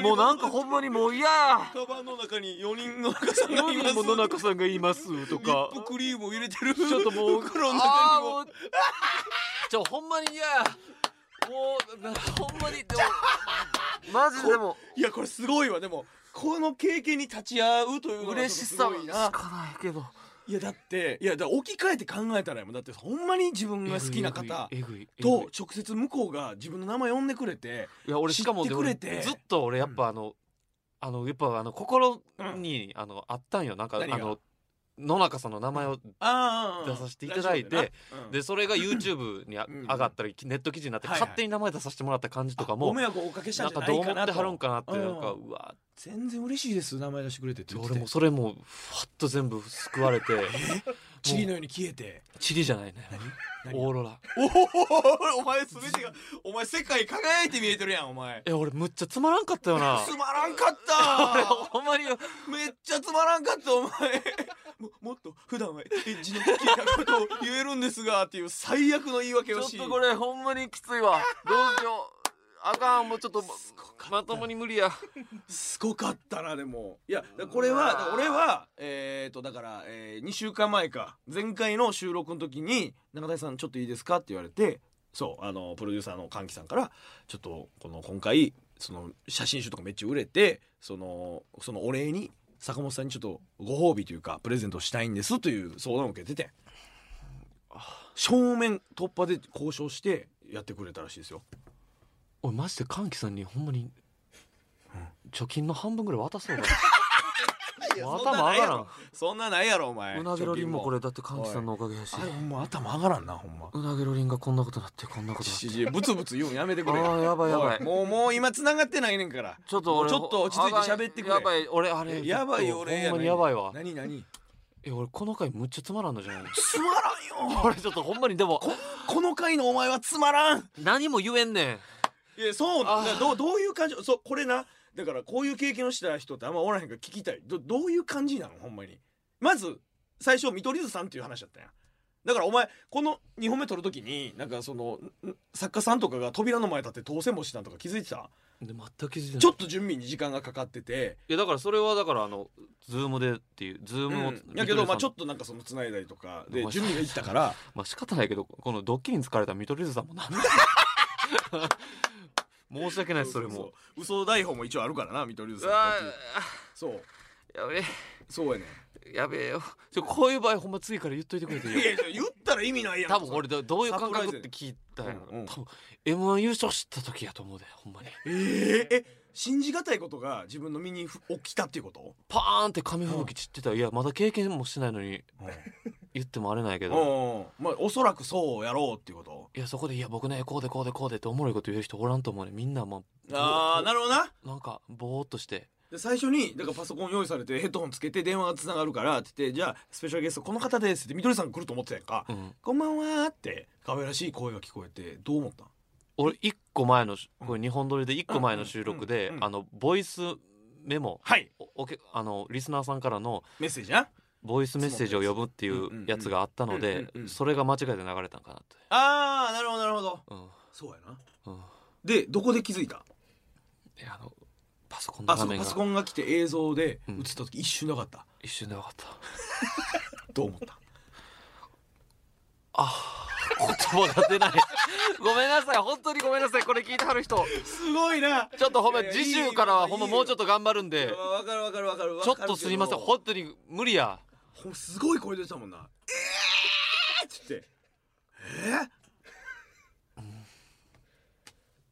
Speaker 4: もうなんかほんまにもう嫌や
Speaker 2: カバンの中に4人の中さんがい
Speaker 4: 世
Speaker 2: ます
Speaker 4: にも野中さんがいますとか
Speaker 2: リップクリームを入れてる
Speaker 4: ちょっともう
Speaker 2: 袋の中にも
Speaker 4: あーうちょほんまに嫌やもうなほんまにでも マジでも
Speaker 2: いやこれすごいわでもこの経験に立ち会うというのが
Speaker 4: 嬉しさ
Speaker 2: すごいな
Speaker 4: かないけど
Speaker 2: いやだっていやだから置き換えて考えたらやもんだってほんまに自分が好きな方
Speaker 4: えぐいえぐいえぐい
Speaker 2: と直接向こうが自分の名前呼んでくれて
Speaker 4: いや俺
Speaker 2: 知
Speaker 4: し
Speaker 2: って
Speaker 4: かもで
Speaker 2: くれて
Speaker 4: 俺ずっと俺やっぱあの、あのやっぱあの心
Speaker 2: うん
Speaker 4: に、あのあったんよなんかあ
Speaker 2: 何が
Speaker 4: の野中さんの名前を、
Speaker 2: あ
Speaker 4: 出させていただいてでそれが YouTube にあ
Speaker 2: うん
Speaker 4: 上がったりネット記事になって、
Speaker 2: はいはい
Speaker 4: 勝手に名前出させてもらった感じとか
Speaker 2: ご
Speaker 4: も
Speaker 2: 迷惑をおかけした
Speaker 4: なんん
Speaker 2: じゃ
Speaker 4: か
Speaker 2: ない
Speaker 4: どう思
Speaker 2: かな
Speaker 4: って
Speaker 2: と
Speaker 4: はるんかなって
Speaker 2: うん
Speaker 4: なんかうわ
Speaker 2: 全然嬉しいです名前出してくれてって言って
Speaker 4: 俺
Speaker 2: て
Speaker 4: もうそれもうふわっと全部救われ て
Speaker 2: チリのように消えて
Speaker 4: チリじゃないね
Speaker 2: 何
Speaker 4: オーロラ
Speaker 2: お おお前全てがお前世界輝いて見えてるやんお前
Speaker 4: え俺むっちゃつまらんかったよ な
Speaker 2: つまらんか った
Speaker 4: ほんまに
Speaker 2: めっちゃつまらんかったお 前ももっと普段はエッジの効いたことを言えるんですがっていう最悪の言い訳
Speaker 4: ちょ
Speaker 2: を
Speaker 4: っ
Speaker 2: し
Speaker 4: とこれほんまにきついわどうしようあかんもうちょっとまともに無理や
Speaker 2: すごかったなでもいやだからこれはだから俺はえっ、とだから、え2週間前か前回の収録の時に「中谷さんちょっといいですか?」って言われてそうあのプロデューサーの歓喜さんからちょっとこの今回その写真集とかめっちゃ売れてそのそのお礼に坂本さんにちょっとご褒美というかプレゼントしたいんですという相談を受けてて正面突破で交渉してやってくれたらしいですよ。
Speaker 4: 俺マジで歓喜さんにほんまに貯金の半分ぐらい渡そうかな頭上が
Speaker 2: そんなないやろお
Speaker 4: ら
Speaker 2: 前
Speaker 4: んうなげろりんもこれだって歓喜さんのおかげやし
Speaker 2: あれほんま頭上がらんなほんま。
Speaker 4: うなげろりんがこんなことなってこんなことなって
Speaker 2: ちちブツブツ言うんやめて
Speaker 4: あ
Speaker 2: くれ。
Speaker 4: ーやばいやばい
Speaker 2: おもうもう今繋がってないねんから。
Speaker 4: ちょっと俺
Speaker 2: ちょっと落ち着いて喋ってくれ
Speaker 4: やばい俺あれ
Speaker 2: やばいよ俺
Speaker 4: ほんまにやばいわ
Speaker 2: 何何。
Speaker 4: え俺この回むっちゃつまらんのじゃ ない
Speaker 2: つまらんよ。
Speaker 4: 俺ちょっとほんまにでも
Speaker 2: この回のお前はつまらん。
Speaker 4: 何も言えんねん
Speaker 2: いやそう
Speaker 4: あー
Speaker 2: だどうどういう感じ。そうこれなだからこういう経験をした人ってあんまおらへんから聞きたい。どどういう感じなのほんまに。まず最初見取り図さんっていう話だったやん。だからお前この2本目撮るときになんかそのんん作家さんとかが扉の前立って当選もしたんとか気づいてた
Speaker 4: で全く気づいてない
Speaker 2: ちょっと準備に時間がかかってて
Speaker 4: いやだからそれはだからあのズームでっていうズームを、
Speaker 2: うん、やけどまあちょ
Speaker 4: と
Speaker 2: っとなんかその繋いだりとかで
Speaker 4: お前
Speaker 2: 準備がいったから
Speaker 4: まあ仕方ないけどこのドッキリに疲れた見取り図さんもなんで申し訳ないですそれ
Speaker 2: う
Speaker 4: も
Speaker 2: う嘘台本も一応あるからな見取り図
Speaker 4: う
Speaker 2: さん
Speaker 4: わ
Speaker 2: そう
Speaker 4: ーやべ
Speaker 2: そうやね
Speaker 4: えやべえよちょこういう場合ほんま次から言っといてくれていい
Speaker 2: い
Speaker 4: よ
Speaker 2: や言ったら意味ないやん
Speaker 4: 多分俺どどういう感覚って聞いたよ、
Speaker 2: うんうん
Speaker 4: 多分 m 1優勝した時やと思うでほんまに
Speaker 2: えええ信じがたいことが自分の身にふ起きたっていうこと
Speaker 4: パーンって紙吹雪散ってた、いやまだ経験もしてないのに言ってもあれないけ
Speaker 2: う
Speaker 4: ど、
Speaker 2: ん、うん、まあおそらくそうやろうっていうこと
Speaker 4: いやそこで「いや僕ねこうでこうでこうで」っておもろいこと言える人おらんと思うねみんなもう
Speaker 2: ああなるほどな
Speaker 4: なんかぼーっとして
Speaker 2: で最初にだからパソコン用意されてヘッドホンつけて電話がつながるからって言ってじゃあスペシャルゲストこの方ですってみどりさんが来ると思ってたやんか、
Speaker 4: うん
Speaker 2: こんばんはーって可愛らしい声が聞こえてどう思ったん
Speaker 4: 俺一個前のしこれ日本撮りで一個前の収
Speaker 2: う
Speaker 4: 録
Speaker 2: ん
Speaker 4: で
Speaker 2: うんうん
Speaker 4: あのボイスメモ
Speaker 2: はい
Speaker 4: おおけあのリスナーさんからの
Speaker 2: メッセージな
Speaker 4: ボイスメッセージを呼ぶってい
Speaker 2: うんうんう
Speaker 4: うんやつがあったの
Speaker 2: うん
Speaker 4: で
Speaker 2: うんうん
Speaker 4: それが間違えて流れたんかなって
Speaker 2: ああなるほどなるほど
Speaker 4: うん
Speaker 2: そうやな
Speaker 4: うん
Speaker 2: でどこで気づいた
Speaker 4: いやあのパソコンの
Speaker 2: あ
Speaker 4: 画
Speaker 2: そう
Speaker 4: 面
Speaker 2: パ
Speaker 4: が
Speaker 2: ソコンが来て映像で映
Speaker 4: うん
Speaker 2: った時一瞬なかった、
Speaker 4: 一瞬で分かった
Speaker 2: どう思った
Speaker 4: あー言葉が出ないごめんなさい本当にごめんなさいこれ聞いてはる人
Speaker 2: すごいな
Speaker 4: ちょっとほんま
Speaker 2: いやいや
Speaker 4: 次週からはい
Speaker 2: い
Speaker 4: ほ
Speaker 2: よ
Speaker 4: んまもうちょっと頑張るんで
Speaker 2: わかるわかるわかる
Speaker 4: ちょっとすみません
Speaker 2: ほ
Speaker 4: 本当に無理や
Speaker 2: んすごい声出てたもんなええーっつってえー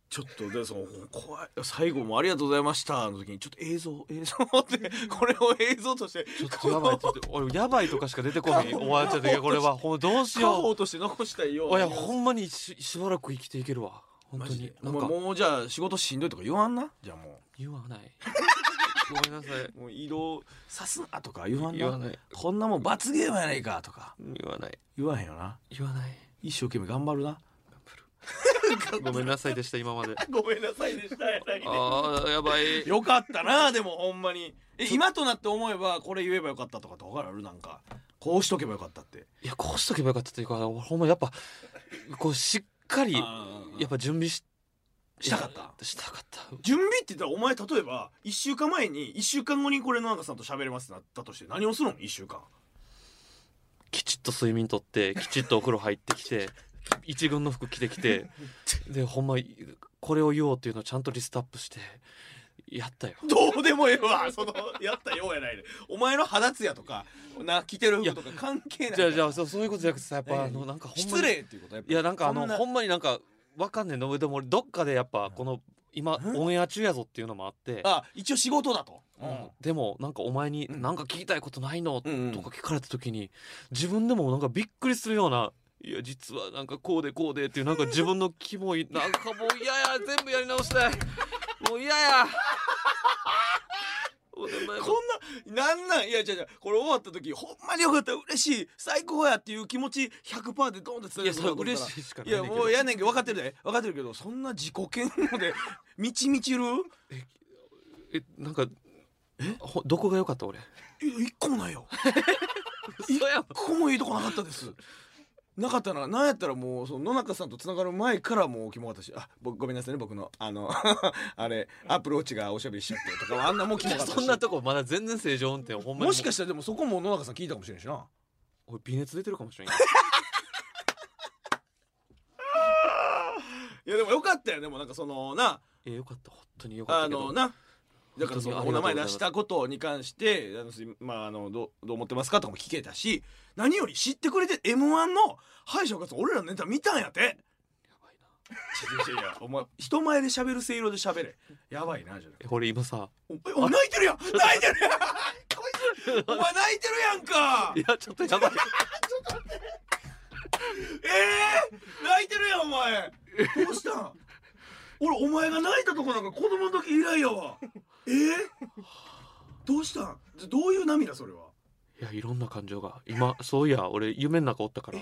Speaker 2: ちょっとでその怖い最後も「ありがとうございました」の時にちょっと映像映像ってこれを映像として
Speaker 4: ちょっとやばいちょっと俺やばいとかしか出てこへん終わっちゃったけどこれはほんまどうし
Speaker 2: 家
Speaker 4: よ
Speaker 2: 宝として残したいよ
Speaker 4: ういやほんまにししばらく生きていけるわ本
Speaker 2: マ
Speaker 4: 当
Speaker 2: ジで
Speaker 4: になん
Speaker 2: お
Speaker 4: か
Speaker 2: 前もうじゃあ仕事しんどいとか言わんなじゃあも
Speaker 4: 言わない ごめんなさいう
Speaker 2: もう色さすなとか言わんな
Speaker 4: 言わない
Speaker 2: こんなもん罰ゲームやないかとか
Speaker 4: 言わない
Speaker 2: 言わへんよな
Speaker 4: 言わない
Speaker 2: 一生懸命頑張るな
Speaker 4: ごめん なさいでした今まで
Speaker 2: ごめんなさいでしたやないで
Speaker 4: ああやばい
Speaker 2: よかったなでもほんまにえ今となって思えばこれ言えばよかったとかって分かるなんかこうしとけばよかったって
Speaker 4: いやこうしとけばよかったというか俺ほんまやっぱこうしっかりや
Speaker 2: や
Speaker 4: っ
Speaker 2: っぱ
Speaker 4: ぱ準備し
Speaker 2: したかった
Speaker 4: したかった
Speaker 2: 準備って言ったらお前例えば1週間前に1週間後にこれ野中さんと喋れますってなったとして何をするの1週間
Speaker 4: きちっと睡眠とってきちっとお風呂入ってきて一軍の服着てきてでほんまこれを言おうっていうのをちゃんとリストアップしてやったよ
Speaker 2: どうでもええわ そのやったようやないでお前の肌ツヤとかな着てる服とか関係ない
Speaker 4: じゃあじゃ
Speaker 2: あ
Speaker 4: あそうそういうことじゃなくてさやっぱあ
Speaker 2: 何
Speaker 4: のなんかほんま
Speaker 2: 失
Speaker 4: に
Speaker 2: 礼っていうことやっぱ
Speaker 4: いやなんかあ
Speaker 2: そ
Speaker 4: の
Speaker 2: な
Speaker 4: ほんまになんかわかんねえのでも俺どっかでやっぱこの今
Speaker 2: うん
Speaker 4: オンエア中やぞっていうのもあって
Speaker 2: あ一応仕事だと、
Speaker 4: うんでもなんかお前に
Speaker 2: うん
Speaker 4: なんか聞きたいことないのと
Speaker 2: うんうん
Speaker 4: か聞かれた時に自分でもなんかびっくりするようないや実はなんかこうでこうでっていうなんか自分のキモいなんかもう嫌や全部やり直 したいもう嫌やお前も
Speaker 2: こんな、なんなん、いや、じゃじゃ、これ終わった時、ほんまによかった、嬉しい、最高やっていう気持ち。100パーでドンって伝
Speaker 4: い
Speaker 2: え
Speaker 4: や
Speaker 2: る
Speaker 4: それ
Speaker 2: ことだ
Speaker 4: 嬉
Speaker 2: から
Speaker 4: しいしかないいね
Speaker 2: や、
Speaker 4: んけど
Speaker 2: もうやねんけど、分かってるで、分かってるけど、そんな自己嫌悪で、みちみちる。
Speaker 4: えなんかほどこが良かった俺
Speaker 2: いや一個もないよ。
Speaker 4: 嘘やん
Speaker 2: 一個もいいとこなかったです。なかったな、なんやったら、もう、その野中さんと繋がる前から、もうキモかったし、あ、僕、ごめんなさいね、僕の、あの、 あれ。アップルウォッチがおしゃべりしちゃってとか、あんなもうキモかったし。
Speaker 4: そんなとこまだ全然正常運転ほんまに
Speaker 2: もしかしたら、でも、そこも野中さん聞いたかもしれないしな。
Speaker 4: 俺微熱出てるかもしれ んよ
Speaker 2: いや、でも、よかったよ、でも、なんか、その、な。
Speaker 4: えよかった本当によかっ
Speaker 2: あ
Speaker 4: たけど
Speaker 2: のなだからその
Speaker 4: 本当
Speaker 2: お
Speaker 4: に
Speaker 2: 名
Speaker 4: ありがとうござ
Speaker 2: 前
Speaker 4: います
Speaker 2: 出したことに関してあのすいまああのどうどう思ってますかとかも聞けたし何より知ってくれて m 1の敗者復活俺らのネタ見たんやて
Speaker 4: やばいない
Speaker 2: やいやお前人前で喋る声量で喋れやばいなじゃなくて
Speaker 4: え俺今さ
Speaker 2: おお泣いてるやん泣いてるやんこいつ お前泣いてるやんか
Speaker 4: いやちょっとやばい
Speaker 2: ええ泣いてるやんお前どうしたん俺お前が泣いたとこなんか子供の時以来やわええどうしたんどういう涙それはい
Speaker 4: やいろんな感情が今そういや俺夢の中おったから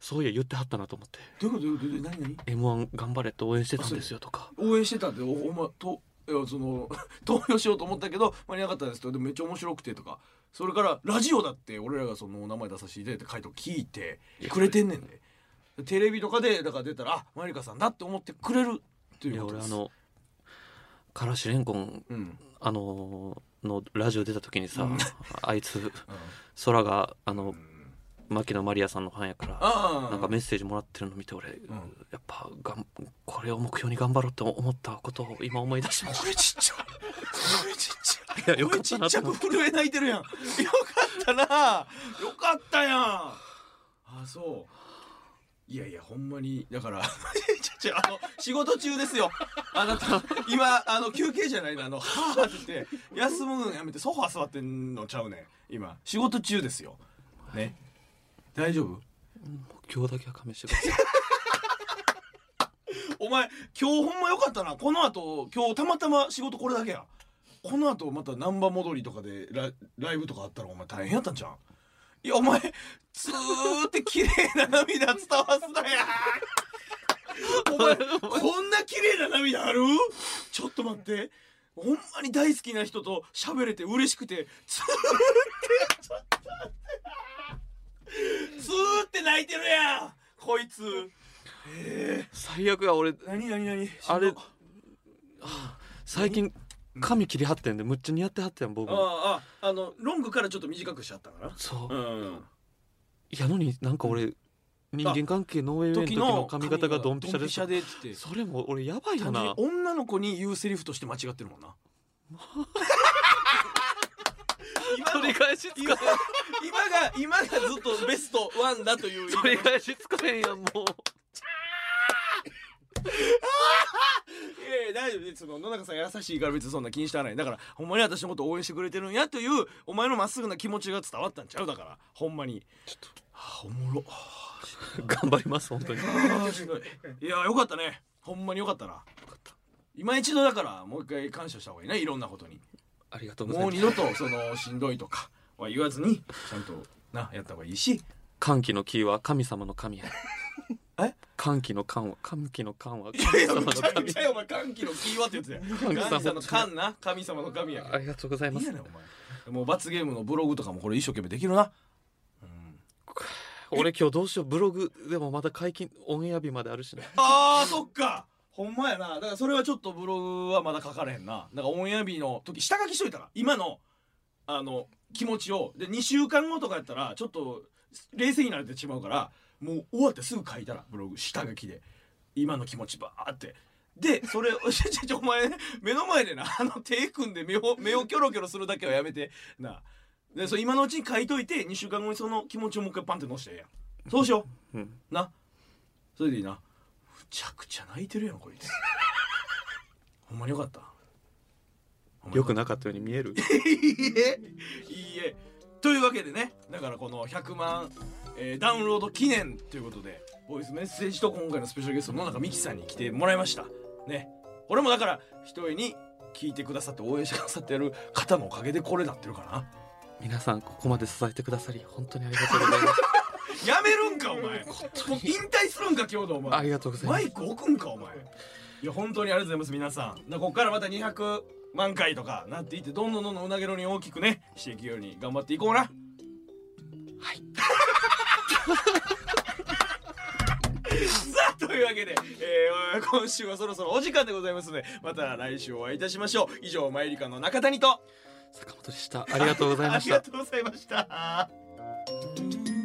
Speaker 4: そういや言ってはったなと思って
Speaker 2: どういうことどういうことどういうこと何何
Speaker 4: 「m 1頑張れ」って応援してたんですよとか
Speaker 2: 応援してたんでおお前といやその 投票しようと思ったけど間に合わなかったんですとでもめっちゃ面白くてとかそれからラジオだって俺らがそのお名前出させていただいた回答聞いてくれてんねんでテレビとかでだから出たらあマリカさんだって思ってくれるって
Speaker 4: い
Speaker 2: いう
Speaker 4: や
Speaker 2: こと
Speaker 4: 俺
Speaker 2: で
Speaker 4: あ
Speaker 2: す
Speaker 4: のからしれんこん
Speaker 2: うん、
Speaker 4: あののラジオ出た時にさ、
Speaker 2: うん
Speaker 4: あいつ
Speaker 2: うん
Speaker 4: 空があ
Speaker 2: う
Speaker 4: の
Speaker 2: ん
Speaker 4: 牧野まりやさんのファンやから
Speaker 2: ああ
Speaker 4: なんかメッセージもらってるの見て俺、
Speaker 2: ん
Speaker 4: やっぱがんこれを目標に頑張ろうって思ったことを今思い出しまし
Speaker 2: 声ちっちゃ声ちっちゃ
Speaker 4: たいやよか
Speaker 2: 声
Speaker 4: っ
Speaker 2: ち
Speaker 4: た
Speaker 2: っ
Speaker 4: な
Speaker 2: ち
Speaker 4: と
Speaker 2: ゃ
Speaker 4: 思
Speaker 2: く
Speaker 4: って
Speaker 2: 震え泣いてるやんよかったなよかったやんあそういやいやほんまにだから ちょちょあの仕事中ですよあなた今あの休憩じゃないのあのはぁって言って休むのやめてソファ座ってんのちゃうねん今仕事中ですよね大丈夫
Speaker 4: 目標だけは加味してください
Speaker 2: お前今日ほんまよかったなこの後今日たまたま仕事これだけやこの後また難波戻りとかでラライブとかあったらお前大変やったんじゃんいやお前ずーって綺麗な涙伝わすなやお前こんな綺麗な涙あるちょっと待ってほんまに大好きな人と喋れて嬉しくてずーってずーって泣いてるやんこいつええ
Speaker 4: 最悪や俺
Speaker 2: 何何何
Speaker 4: あれ
Speaker 2: あ
Speaker 4: 最近髪切りはってんでむっちゃ似合ってはったやん僕
Speaker 2: あああのロングからちょっと短くしちゃったかな
Speaker 4: そう
Speaker 2: うん
Speaker 4: いやのになんか俺人間関係ノーウェイウェイの時の髪型がドンピシャで
Speaker 2: ドンピシャでって
Speaker 4: それも俺やばいよな
Speaker 2: 女の子に言うセリフとして間違ってるもんな今
Speaker 4: 取り返しつ
Speaker 2: 今
Speaker 4: か
Speaker 2: が今がずっとベストワンだという
Speaker 4: 取り返しつかへんやんもう
Speaker 2: ええ大丈夫ですその野中さん優しいから別にそんな気にしてはないだからほんまに私のこと応援してくれてるんやというお前のまっすぐな気持ちが伝わったんちゃうだからほんまにあおもろ
Speaker 4: 頑張ります本当に
Speaker 2: あーしんどいいやよかったねほんまによかったな今一度だからもう一回感謝した方がいいないろんなことに
Speaker 4: ありがとうござい
Speaker 2: も
Speaker 4: ま
Speaker 2: う
Speaker 4: す
Speaker 2: 二度とそのしんどいとかは言わずにちゃんとなやった方がいいし
Speaker 4: 歓喜のキーは神様の 神や
Speaker 2: え
Speaker 4: 歓喜の感は歓喜の感は神様の
Speaker 2: めちゃ
Speaker 4: 神
Speaker 2: くちゃよお前歓喜のキーワードやつ
Speaker 4: 神
Speaker 2: や
Speaker 4: 様
Speaker 2: 神様の神な神様の神やけど
Speaker 4: ありがとうございま
Speaker 2: いいや
Speaker 4: す
Speaker 2: ねお前もう罰ゲームのブログとかもこれ一生懸命できるな
Speaker 4: 俺今日どうしようブログでもまだ解禁オンエア日まであるしね
Speaker 2: あーそっかほんまやなだからそれはちょっとブログはまだ書かれへんなだからオンエア日の時下書きしといたら今のあの気持ちをで2週間後とかやったらちょっと冷静になれてしまうからもう終わってすぐ書いたらブログ下書きで今の気持ちばーってでそれ をちょちょちょお前目の前でなあの手組んで目を目をキョロキョロするだけはやめてなでそれ今のうちに書いといて2週間後にその気持ちをもう一回パンって載せてええやんそうしよう、
Speaker 4: うん
Speaker 2: なそれでいいなむちゃくちゃ泣いてるやんこい つほんまによかったほんま
Speaker 4: よく
Speaker 2: よ
Speaker 4: なかったように見え る
Speaker 2: いいえいいえというわけでねだからこの100万、えーダウンロード記念ということでボイスメッセージと今回のスペシャルゲストの野中美希さんに来てもらいましたねこれもだから一重に聞いてくださって応援してくださってる方のおかげでこれなってるかな
Speaker 4: 皆さんここまで支えてくださり本当にありがとうございます
Speaker 2: やめるんかお前もう引退するんか今日でお前
Speaker 4: ありがとうござい ま
Speaker 2: マ
Speaker 4: す
Speaker 2: イク置くんかお前いや本当にありがとうございます皆さんだからここからまた200万回とかなっていってどんどんどんどんうなげろに大きくねしていくように頑張っていこうなはい さあというわけで、えー今週はそろそろお時間でございますのでまた来週お会いいたしましょう以上マイリカの中谷と
Speaker 4: 坂本でしたありがとうございまし
Speaker 2: あ
Speaker 4: た
Speaker 2: りがとうございました